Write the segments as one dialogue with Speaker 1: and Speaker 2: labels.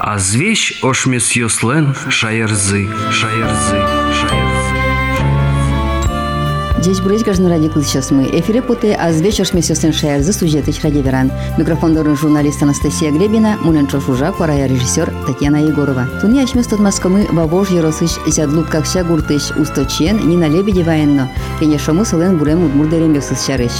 Speaker 1: А звещ ош месье слен шаерзы, шаерзы, шаерзы.
Speaker 2: Десь бурыч гажны ради сейчас мы. Эфире путы, а звечер шмесё сын шаярзы сюжеты ради веран. Микрофон дорын журналист Анастасия Гребина, Муленчо Шужа, парая режиссер Татьяна Егорова. Туни ачмес тот маскомы вавож еросыч, зядлуп какша гуртыч, усточен, Нина Лебедева энно. Кенешому сылен бурем удмурдерем ёсыз шарыч.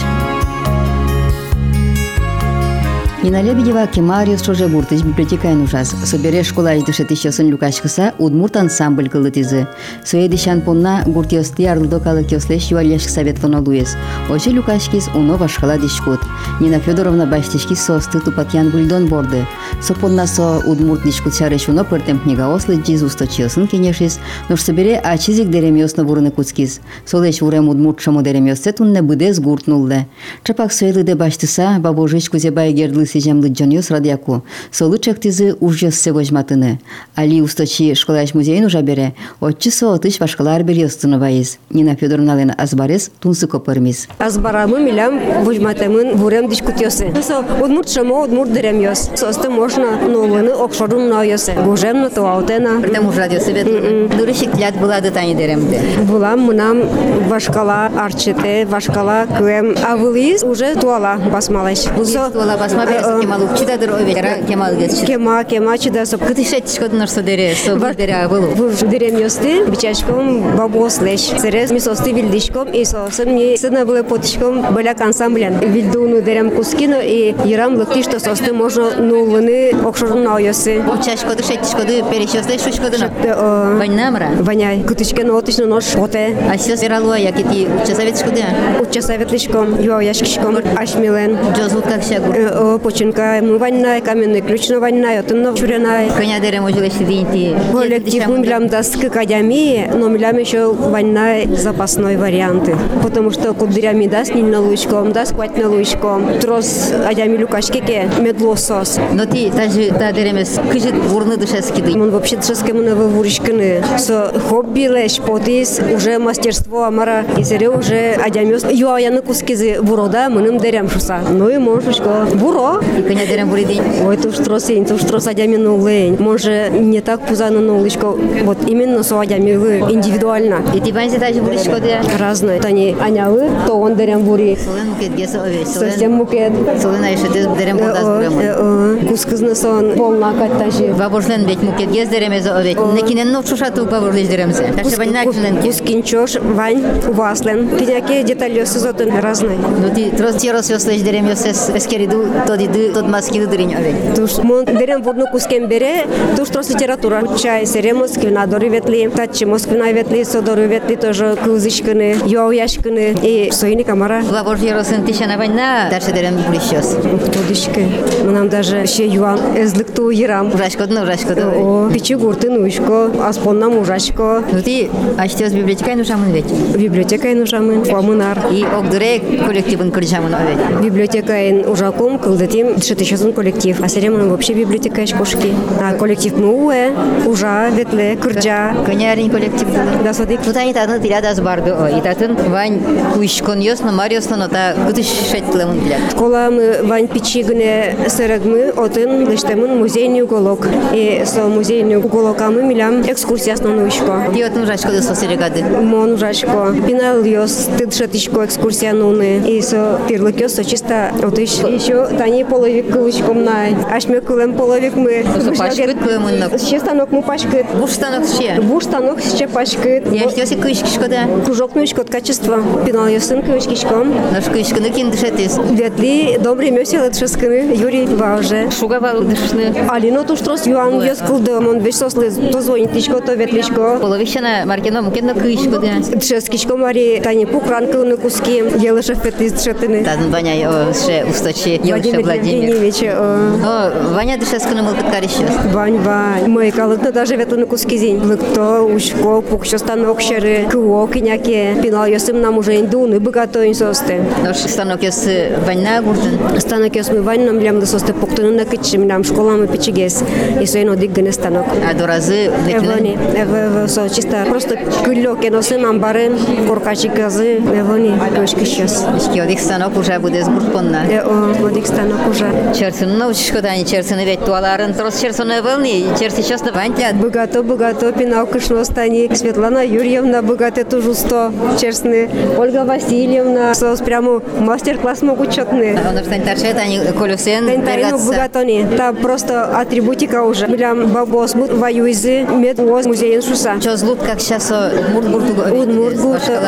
Speaker 2: Нина Лебедева Кемариус Шоже Буртыч библиотека ужас. Собере школа издыше тысячасын люкашкыса Удмурт ансамбль кылытызы. Суэдишан понна гуртиосты ярлыдо калыкиослеш юальяшк совет фонолуес. Очи люкашкис уно башкала дишкут. Нина Федоровна баштишки состы тупатьян бульдон борды. Сопонна со Удмурт дишкут шареш уно пыртем книгаослы джиз усточилсын кенешис. Нуш собере ачизик деремьосно бурны куцкис. Солеш урем Удмурт шому деремьосце тунне быдез гуртнулды. Чапак суэлыде баштыса бабожич кузебай герлыс сижем лыджоньос радиаку. Солычек тизы ужжес се возьматыны. Али усточи школаш музейн уже бере, отчы соотыш башкалар берестыны вайыз. Нина Федоровна лен азбарес тунсы копырмиз.
Speaker 3: Азбарамы милям вожматемын вурем дискутиосы. Со удмурт шамо удмурт деремьос. Состы можно нулыны окшорун нойосы. Гужем на туаутена.
Speaker 2: Притем уж радио совет. Дурышик лят была да тани деремде.
Speaker 3: Булам мынам башкала арчете, башкала куем. А вылиз уже туала басмалаш. Со
Speaker 2: Вала басма берес кемалук чидадыр овера кемал гес.
Speaker 3: кема кема чида со
Speaker 2: Кытышет чкоднор содере, собдере авылу.
Speaker 3: Вуж деремьосты бичачком бабослеш. Серез мисосты вильдичком и сосым не сына было потичком беляк ансамблен. Вильдуну дерем кускину и ерам лыкти, что состы можно ну, нулыны окшорун ойосы.
Speaker 2: Учаш кодышет чкоды перечёсле шучкодын.
Speaker 3: Э,
Speaker 2: Ваннамра.
Speaker 3: Ваняй, кутычкен отычно ну, нож шоте.
Speaker 2: А сейчас иралуа якити учасовет чкоды.
Speaker 3: Уча советличком, юа яшкичком, ашмилен.
Speaker 2: Джозут как всякую.
Speaker 3: Э, э, Починка ему ванная, каменный ключ ну, на ванная, отынна чурянай.
Speaker 2: Коня дерем ожила сидинти.
Speaker 3: Ну, Коллектив мы млям даст к академии, но млям еще вольная запасной варианты. Потому что кудрями даст не на лучком, даст хватит на лучком. Трос адями люкашкеке медло сос.
Speaker 2: Но ти Ну, та же та деремес кыжит бурны дыша скиды.
Speaker 3: Он вообще трешкему на вывуришканы. Со хобби лещ потис уже мастерство амара. И зере уже адямёс. Юа я на куски зе бурода, мы нам дерем шуса. Ну и можешь ко. Буро.
Speaker 2: И коня дерем буридин.
Speaker 3: Ой, ты уж тросень, ты уж трос адями на улень. Может, не так пузано на улычко. Вот именно со адями вы индивидуально.
Speaker 2: И ти банзи та же буришко дя.
Speaker 3: разные. Вот Они анявы, то он дерем бури.
Speaker 2: Солен мукет гесо ове.
Speaker 3: Совсем
Speaker 2: Солен
Speaker 3: мукет.
Speaker 2: солен айше тез дерем
Speaker 3: Э,
Speaker 2: подас
Speaker 3: э,
Speaker 2: бурем.
Speaker 3: э, э. Кускызны сон полна каттажи.
Speaker 2: Бабожлен бет мукет гес деремез ове. Некинен ну чушату бабожлен деремзе. Так же ванна кюлен кис.
Speaker 3: Кускинчош, вань, уваслен. Тыняки деталью сызотын разные.
Speaker 2: Но ти трос тирос ёслеш дерем ёсес эскериду тоди ды тод маски дырин ове.
Speaker 3: Туш мон дерем водну кускен бере, туш трос литература. Чай сере москвина дори ветли, татчи москвина ветли, содори ветли тоже кузычканы, юау яшканы и соини камара.
Speaker 2: Бабожлен ёросын тишана ванна. Дальше дерем буришёс.
Speaker 3: Тодышке. Мы нам даже ще юан эзлыкту ерам.
Speaker 2: Ужашко дно, ужашко дно.
Speaker 3: О, пичи гуртын уйшко, аспонна мужашко,
Speaker 2: Ну ти аштёс библиотекай нужамын вет.
Speaker 3: библиотекаен ужамын, пламынар.
Speaker 2: И окдыре коллективын кыржамын овет.
Speaker 3: Библиотекаен ужаком кылдытим шетишозун коллектив. А серемон вообще библиотека ишкошки. А коллектив муэ, ужа, ветле, кырджа.
Speaker 2: Конярин коллектив
Speaker 3: Да садик.
Speaker 2: Ну та итатын тилят аз барды о. Итатын вань куйшкон ёсно, мариосно, но та кытыш шетлемын тилят.
Speaker 3: Кола мы вань печи гне сырыгмы, отын лыштамын музейный уголок. И со музейный уголока мы милям экскурсия основную ишко.
Speaker 2: Ти отын жашко да сосерегады.
Speaker 3: Мон ужашко, пинал йос, тыдшатышко экскурсия нуны. И со пирлык йос, со чисто отыш. Еще тани половик кылычком най. Аж мы кылем половик мы.
Speaker 2: Пашкыт куемыннок.
Speaker 3: Ще станок мы пашкыт.
Speaker 2: Буштанок ще.
Speaker 3: Буш станок ще пашкыт.
Speaker 2: Я штёсе куйшкишко да.
Speaker 3: Кружок нычко от качества. Пинал йосын кылычкишком.
Speaker 2: Наш куйшкыны кин дышетес.
Speaker 3: Ветли, добрый мёсел от шесканы. Юрий Вауже.
Speaker 2: Шуга вал дышны.
Speaker 3: Алина Туштрос, Юан Йоскулдом, он весь сослы, то звонит личко, то вет личко.
Speaker 2: Половищена маркино мукетно куйшко да.
Speaker 3: Шескичко Мари, Тани Пукранка на куски, Елышев петли из шатыны.
Speaker 2: Тадын ну, ваня о, ше усточи Елша
Speaker 3: Владимир
Speaker 2: Владимир.
Speaker 3: Евгеньевич, э,
Speaker 2: О, ваня ну, дышескыны мылкыт карищёс.
Speaker 3: Вань, Вань, мы калыкна «Ну, даже ветлы на куски зень. Лыкто, ушко, пукшо станок шеры, куо, киняке, пинал йосым нам уже индуны, богатоин состы.
Speaker 2: Наш станок ёс ванна гурдын.
Speaker 3: Станок йосмы Вань нам лям до ну, состы пуктыны на кычим, лям школам и печигес, и суен одик гыны станок.
Speaker 2: А до разы
Speaker 3: Эвони,
Speaker 2: летіли.
Speaker 3: эвэ, со чисто просто кыльок, но сын амбары, куркачи Е, казы, эвони, кошки сейчас.
Speaker 2: Шкіодих станок уже буде збурпонна.
Speaker 3: Э, Е, о, водик станок. уже.
Speaker 2: Черсин, ну, шкодани черсин, ведь туаларын, трос черсин, волны, черси честно вантят.
Speaker 3: Богато, богато, пинаукышно стани. Светлана Юрьевна, богате тужусто, черсны. Ольга Васильевна, сос прямо мастер-класс могут четные.
Speaker 2: Он обстань торшет, они колюсен,
Speaker 3: Тентарину богатони. Та просто атрибутика уже. Милям бабос, мут воюйзы, мед воз музеен шуса.
Speaker 2: Чо злут, как сейчас Удмурт-Гурту
Speaker 3: Удмурт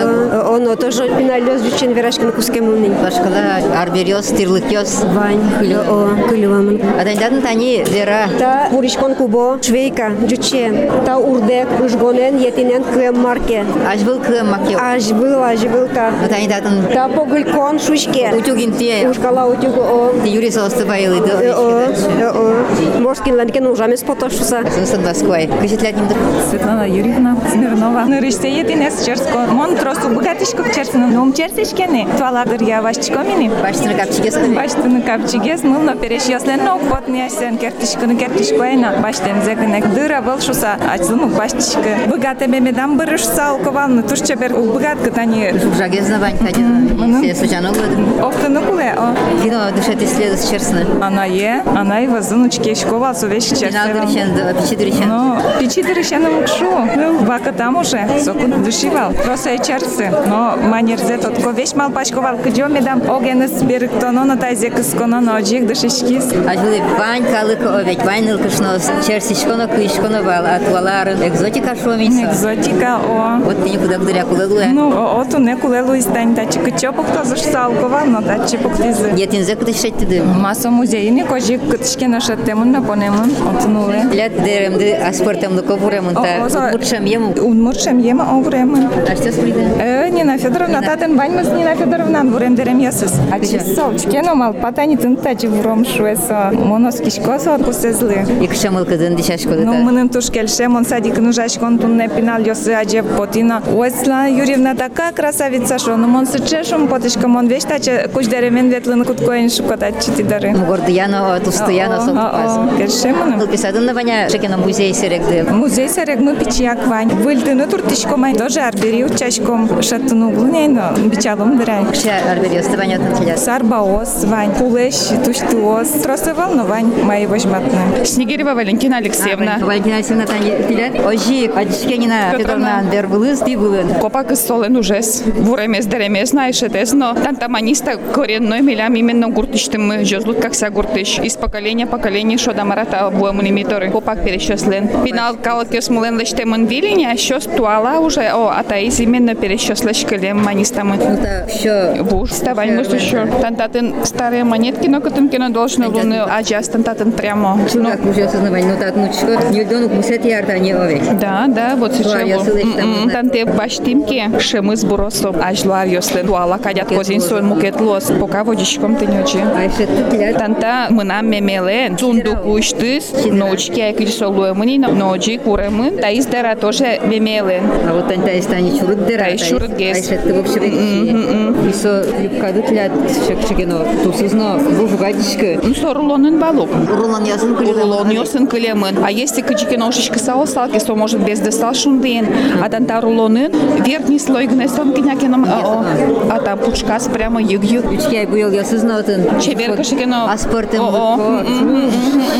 Speaker 3: оно тоже пиналез вичин верашкин кускем умнень.
Speaker 2: Башкала арберёс, тирлыкёс.
Speaker 3: Вань, о, кылевамын.
Speaker 2: Аданьдадын тани дера.
Speaker 3: Та буришкон кубо, швейка, джуче, та урдек, жгонен, етинен кем марке.
Speaker 2: Аж был к макё.
Speaker 3: Аж был, аж был та.
Speaker 2: Аданьдадын
Speaker 3: Та погылькон шушке.
Speaker 2: утюгин те.
Speaker 3: Ушкала утюгу о.
Speaker 2: Ты Юрий Солостыбайлы,
Speaker 3: Э, О,
Speaker 2: да?
Speaker 3: э, о. Морскин ланкен ужамес потошуса.
Speaker 2: Сынсын Басквай. Кысетлятним
Speaker 4: Светлана Юрьевна Смирнова. Нырыште етінес черско. Мон тросу бугатышков черсіну. Нум черсішкені. Туаладыр я вашчико мені.
Speaker 2: башсыны капчигесны.
Speaker 4: Баштыны капчигес, мылно перешьеслен, но потны ясен кертишкыны кертишкоэна. Баштен зекынек дыра был шуса, ачылмык баштышкы. Быгат эмемедан бырыш салковалны, туш чебер убыгат кытани.
Speaker 2: Жагезна вань тадин.
Speaker 4: мгм.
Speaker 2: Все сучанулы.
Speaker 4: Офтыны куле, о.
Speaker 2: Кино дышет исследует черсны.
Speaker 4: Она е, она и вазунучки школа сувещи черсевал.
Speaker 2: е,
Speaker 4: Но печитер ще не мукшу. Ну, вака там уже, соку душивал. Просто Ну, и черцы. Но манер зе тот ко вещь мал пачковал. Кыдё медам огенес берег тонона тайзе кысконона оджик дышишкис.
Speaker 2: Аж були банька лико овець, вань ликошно, черсічконо, кишконо, вала, атваларин, екзотіка шомінця.
Speaker 4: Экзотика, о.
Speaker 2: От ти нікуди кудря кулелує.
Speaker 4: Ну, о- оту не кулелу істань, та чи кичопок то за шсалкова, но та чи поктизи.
Speaker 2: Є тінзе куди ще туди.
Speaker 4: Масо музеїні кожі китишки наша темун на понемун отнули.
Speaker 2: Для дерем, де аспортем лукобурем,
Speaker 4: О, о,
Speaker 2: та
Speaker 4: за-
Speaker 2: бурчем йому.
Speaker 4: Унмуршем єма овремен.
Speaker 2: А що сприйде?
Speaker 4: Э, Нина Федоровна, татен ваньмыз Нина Федоровна, вурем дерем ясыз. А чи совчкено мал патани тынтачи вуром шуэсо. Монос кишкосо кусезлы.
Speaker 2: Якщо милка дин дитя школи,
Speaker 4: Ну,
Speaker 2: та.
Speaker 4: мынын туш келше, мон садик нужаш контун не пинал йосы ажеп потина. Ой, Светлана Юрьевна такая красавица, шо, ну, мон сычешум потышка, мон вещь таче, куч деремен ветлын куткоин шукотать чити дары.
Speaker 2: Гордияно, тустояно, солтопас.
Speaker 4: Келше мынын.
Speaker 2: Милки садин на ваня, шекіно музей сірек де.
Speaker 4: Музей сарек мы пичияк вань. Выльдыны туртышком, ай, тоже арбери учашком. Шаттыну углыней, но бичалом дырай.
Speaker 2: Ще арберіо, стебаня там тіляс.
Speaker 4: Сарбаос, Вань, Пулещ, Туштуос, просто волновань мои возьматные.
Speaker 5: Снегирева Валентина Алексеевна.
Speaker 2: Валентина Сівна Тані Тілят. Ожі, Адішкеніна, Федоровна, Дербулис, Дігулин.
Speaker 5: Копак из солен ужес. Вуремес деремес знаешь это но тантаманиста коренной милям именно гуртыштым жезлут как ся гуртыш. Из поколения в поколение шо дамарата обоему лимиторы. Копак пересчеслен. Пинал калакес мулен лечтемын вилине, а щас туала уже о атаиз именно пересчеслеш калем манистамы.
Speaker 2: Ну та що
Speaker 5: Буш, ставань мы еще. Тантатын старые монетки, но котым кино должно луны, а джаз тантатын прямо. Ну,
Speaker 2: чувак мужа сознавание, ну так ну чё, не льдонок мусет ярда не овек.
Speaker 5: Да, да, вот
Speaker 2: Ларья
Speaker 5: сейчас.
Speaker 2: Сылыч там, да.
Speaker 5: Танте баштимки, шемы с буросом, аж ларьосле дуала кадят козин сон мукет лос, пока водичком ты не очи.
Speaker 2: А еще ты телят.
Speaker 5: Танта мына мемелен, сундук уштыс, ночки айкыч солуэ мыни, ночи куремын, та издара тоже мемелен.
Speaker 2: А вот Анта из Тани Чурут дыра.
Speaker 5: Та и Чурут гес.
Speaker 2: А еще ты вообще векчи. И со любкаду телят шек шекено. Тусызно бужугадичка.
Speaker 5: Ну, сорлонын балук.
Speaker 2: Рулан ясын кулю.
Speaker 5: Улон йосын кылемын. А если кычыкен ошышкы сао салки, то может без десал шунден. А танта рулонын, верхний слой гнесон кинякеном, а там пучкас прямо юг-юг.
Speaker 2: Üçkey bu yıl yasızna otun.
Speaker 5: Çeber kaşıkeno.
Speaker 2: Asportın
Speaker 5: О, о,
Speaker 2: mutlu.
Speaker 5: м, м, м, м.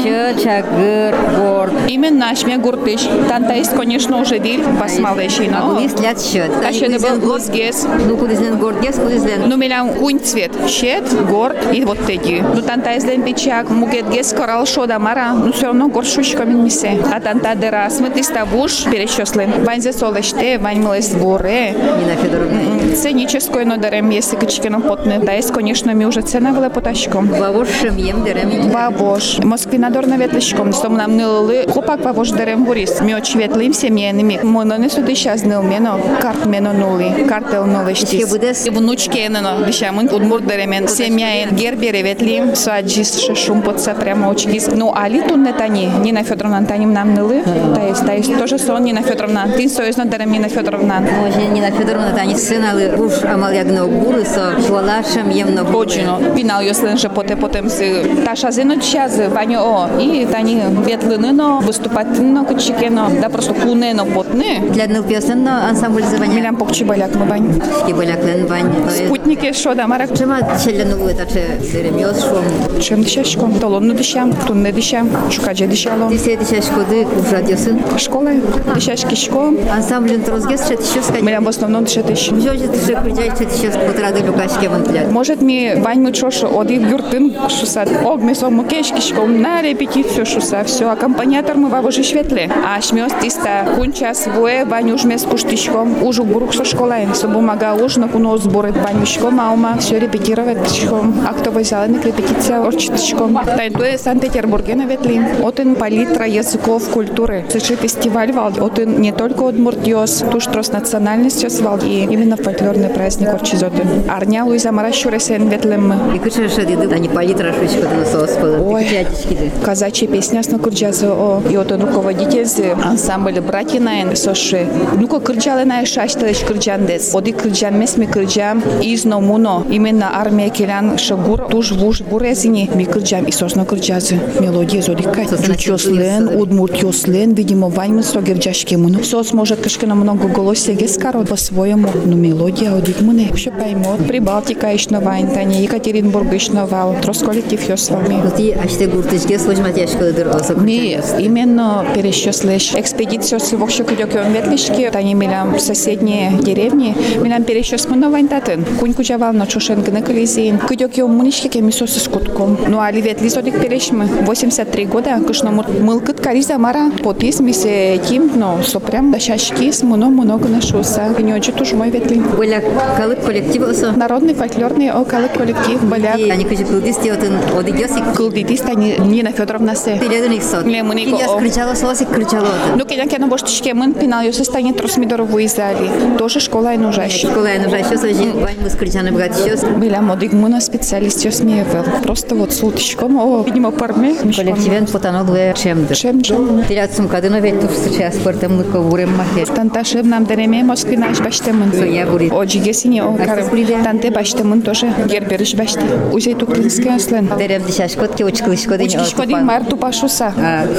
Speaker 2: Şu çakır bor.
Speaker 5: Именно наш мне гуртыш. Танта есть, конечно, уже диль,
Speaker 2: А
Speaker 5: посмалышина.
Speaker 2: bu list lat şöt.
Speaker 5: А ще не был гуртгес.
Speaker 2: Ну kudizlen gord gez kudizlen.
Speaker 5: Ну, милян кунь цвет, щет, горд и вот теги. Ну, танта из печак, мукет гес, корал шода мара, ну, все равно горшучка минисе. А танта дыра, смыты ставуш, перечеслы. Вань зе солочте, вань мылес буре.
Speaker 2: Nina Fedorovna.
Speaker 5: Сценической, но дарем, если качкино потны. Да есть, конечно, ми уже цена была потащиком.
Speaker 2: Bavoş şemyem derem.
Speaker 5: Бабош, Москвинадор на ветличком, что нам нылы, хопак бабош дерем бурис, мёч ветлым семейными. Моно не суды сейчас ныл мено, карт мено нули, картел нулы
Speaker 2: Ишке
Speaker 5: штис.
Speaker 2: будес.
Speaker 5: И внучке енено, вишамын, удмур деремен, семья ен, гербере ветлим, суаджис шешум подса прямо очкис. Ну, али тун не тани, Нина Федоровна, таним нам нылы, та есть, та есть, тоже сон Нина Федоровна, ты союзно дерем Нина Федоровна.
Speaker 2: Може, Ніна Федоровна та ні сина, але руш амал як на обури, со швала шам'єм на обури.
Speaker 5: Почино. Пінал йослин же поте потем з Таша зино чази ваню о. І тані вєтлинино, виступатино кочекено, да просто кунено потни.
Speaker 2: Для днів п'єсенно ансамбль звання.
Speaker 5: Мілям покчі баляк ми бань.
Speaker 2: Шкі боляк ленвань.
Speaker 5: Путніки що да марак
Speaker 2: Чима ще для нову та чи сирем'ю? Ос шом.
Speaker 5: Чем дышащиком? Толонну дышам, тунне дышам, шукаче дышалом.
Speaker 2: Тисе дишашкоды куржатесын.
Speaker 5: Школы, дышащики школ.
Speaker 2: Ансамблин трозгес шетишескай.
Speaker 5: Милям в основном дышат еще.
Speaker 2: Жоже тише куржай шетишес потрады люкашке вантляр.
Speaker 5: Может, ми бань мы чошу от их гюртын шусат. Ог ми сом мукешки школ на репетицию шуса. Все, аккомпаниатор мы вабожи шветле. А шмёс тиста кунчас вуэ бань уж мес куштичком. Ужу бурук со школой. Собу мага уж, но куно сборит бань мишком, а ума все репетировать шком. А кто бы взял на репетиция орчиточком. Тайдуэ Санкт-Петербурге наветли. Отын палитра языков культуры. Сыши фестиваль вал. Отын не только отмуртьёс, туш трос национальность вал. И именно фольклорный праздник орчизоты. Арня Луиза Маращура сен ветлем.
Speaker 2: И кыша шедиды, а не палитра шучка на соскола.
Speaker 5: Ой.
Speaker 2: Куржатичкиды.
Speaker 5: Казачья песня с накурджазы о. И отын руководитель ансамбль братина соши. Ну-ка кырджалы на шаштылыш кырджандес. Оди кырджан месми кырджам из номуно. Именно армия келян шагур туш вуш бурезини. Ми кырджам и сосна кырджазы. Мелодия зодика.
Speaker 2: Сосна
Speaker 5: Чучослен,
Speaker 2: кырджазы.
Speaker 5: удмурт йослен, видимо, ваньмы согер джашкемуну. Сос может кышкина много голосе гескаро по-своему. Но мелодия одик муне. Все поймет. Прибалтика ишно вань, Таня Екатеринбург ишно вал. Трос коллектив йос с вами.
Speaker 2: Кути аште гуртичке служматяшкалыдыр осы
Speaker 5: Ми именно пересчеслишь экспедицию с его щекотек и ветлички, они милям соседние деревни, милям пересчес мы на вантатын. Кунь кучавал на чушен гнекализин, кутек и умнички кемисо с кутком. Ну а ливет лизодик перешмы, 83 года, кышно мылкыт кариза мара, подпис мисе тим, но ну, сопрям дощачки с муно много нашуса. Гнёчи туж мой ветли.
Speaker 2: Боля калык коллектив осы.
Speaker 5: Народный фольклорный около коллектив, боляк.
Speaker 2: И они кыжы кылдис диотын одигесик.
Speaker 5: Кылдитис тани Нина Федоровна се.
Speaker 2: Биледин их сот.
Speaker 5: Ле, мыны
Speaker 2: Кильяс
Speaker 5: ко-
Speaker 2: кричала солосик кричала отын.
Speaker 5: Ну, кедян кедян бошты шкемын пинал ёсы станет тросмидорову изали. Тоже школа и нужаща.
Speaker 2: Школа я нужа еще сожжен, вань мы с кричаны богат еще.
Speaker 5: Беля модик муна специалист ёс миевел. Просто вот с уточком, о, видимо, парме.
Speaker 2: Коллективен потанул вы чемдыр.
Speaker 5: Чем же?
Speaker 2: Тирят сумкадыно ведь туш сейчас спортом лыко вурем махеш.
Speaker 5: Танташев нам дареме Москвы наш баштемын.
Speaker 2: Соня бурит.
Speaker 5: Оджигесине, о,
Speaker 2: Аксис бурит.
Speaker 5: карым. Танте баштемын тоже. Герберыш башти. Узей туклинский ослен.
Speaker 2: Дерем дишашкотке учкылышкодын.
Speaker 5: Учишкодин мар тупашуса.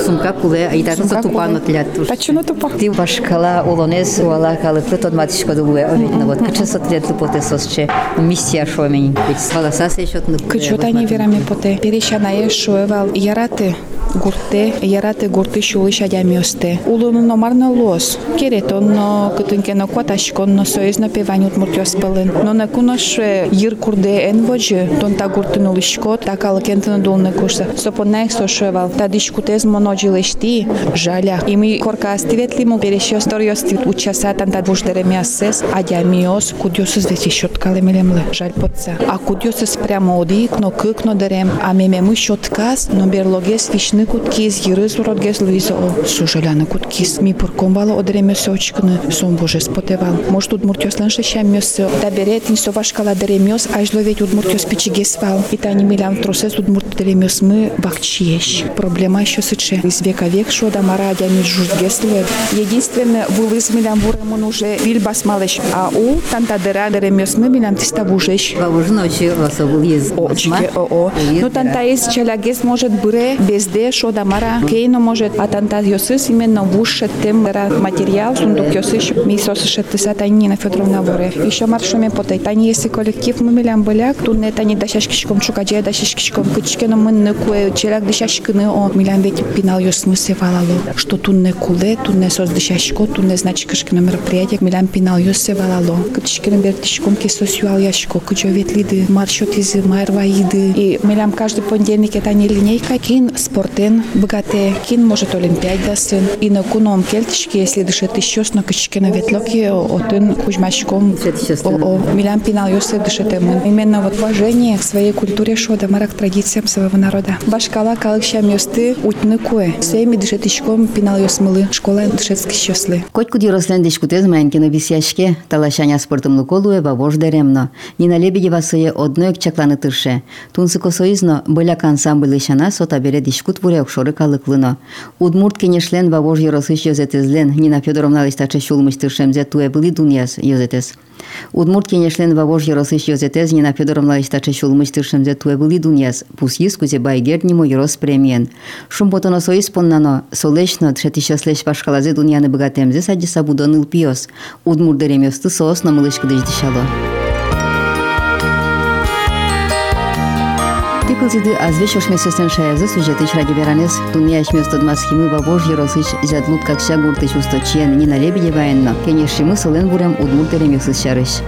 Speaker 2: Сумка куле, айтатын со
Speaker 5: Сумка
Speaker 2: тупан
Speaker 5: куле.
Speaker 2: отлят туш.
Speaker 5: Почему тупа?
Speaker 2: Ти башкала олонез уала калыклы тонматышкоды да буе ожитны вот. Кычы сотлет лупоты сосче. Миссия шомен. Ведь сваласа се счетны.
Speaker 5: Кычута не вераме поте. Перешанае шуевал яраты гурте, яраты гурты шулыша дямёсте. Улуну номарна лос. Керетонно кытынкено кваташконно союзно певань утмуртёс пылын. Но на куноше йыр курде энводжи, тонта гуртын улышкот, такалы кентыны дулны курса. Сопонна их сошуевал. Тадиш кутез моножилешти, жаля. Ими корка астиветлиму перешёс торёсти учаса танта вуждереме асес, адямиос кудёсыз веси щёткалы мелемлы. Жаль потца. А кудёсыз прямо одик, но кыкно дерем. А мемему щётказ, но берлогес вишны куткиз, йырыз уродгез луизо о. Сужеляны куткиз. Ми пуркомбала одереме сочкны, сом божес потевал. Может удмуртёслен шешемёсы. Да берет инсо вашкала деремёс, аж ловить удмуртёс пичигес вал. И тани милям тросес удмурт деремёс мы бакчиеш. Проблема ещё сыче. Из века век шо да мара адями жужгес луэв. Единственное, вулыз милям буремон уже вильбас малыш. А у танта дера деремёс мы милям тиста бужеш.
Speaker 2: Бабужы ночи ласо был ез. басма.
Speaker 5: Очки, ОО.
Speaker 2: Ез дыра.
Speaker 5: Ну, танта из челягес может буре, безде, шода мара, кейно может, а танта йосыс именно вуше тем дыра материал, сундук йосыс, ми сосыше тыса Танина Федоровна буре. Еще маршуме потай. Тани если коллектив мы милям быляк, ту не да тани дашашкишком чукаджая дашашкишком, кычкено мын не куе, челяк дышашкины да о, милям ведь пинал йос мысе валало, что ту не куле, ту не сос дышашко, ту не значи значит кышкино мероприятие, милям пинал йос се валало. Кычкино бертишком кисос юал яшко, кычо ветлиды, маршрут из Майрваиды. И мы лям каждый понедельник это не линейка, кин спортен, богатые, кин может олимпиада сын. да И на куном кельтишки, если дышит еще, но кички на ветлоке, отын кузьмачком.
Speaker 2: Дышит еще с
Speaker 5: О,
Speaker 2: тыным.
Speaker 5: о. Милям пинал Йосиф Дышетемын. Именно вот уважение к своей культуре шода, марак традициям своего народа. Башкала калыкшам йосты утны куэ. Своими дышетишком пинал йосмылы, школа дышетский щеслы.
Speaker 2: Котку дирослен дишкутез майнкино висяшке, талашаня спортом луколуе бабож деремно. Нина Лебедева сое одно ек чакланы тырше. Тунсыко соизно быляк ансамбль ишана сота бере дишкут вуре окшоры калыклыно. Удмурт кенешлен бабож еросыш йозетезлен Нина Федоровна лиштачы шулмыш тыршемзе туе были дуньяс йозетез. Удмурт кенешлен бабож еросыш йозетез Нина Федоровна лиштачы шулмыш тыршемзе туе были дуньяс. Пусьис кузе байгер нимо ерос премиен. Шумпотоно соиз поннано, солешно, тшетишеслеш башкалазе дуньяны богатемзе саджеса будоныл пиос. Удмурт деремёсты соосно мылышкы дышдишало. Ти кылсиды азве шошмесесен шаязы сюжетыч ради веранес тумия ишместодмас химы бабож еросыч жадлут какша гуртыч усто чиен Нина Лебедева энно кенешимы солен бурем удмурт эремексыз шарыш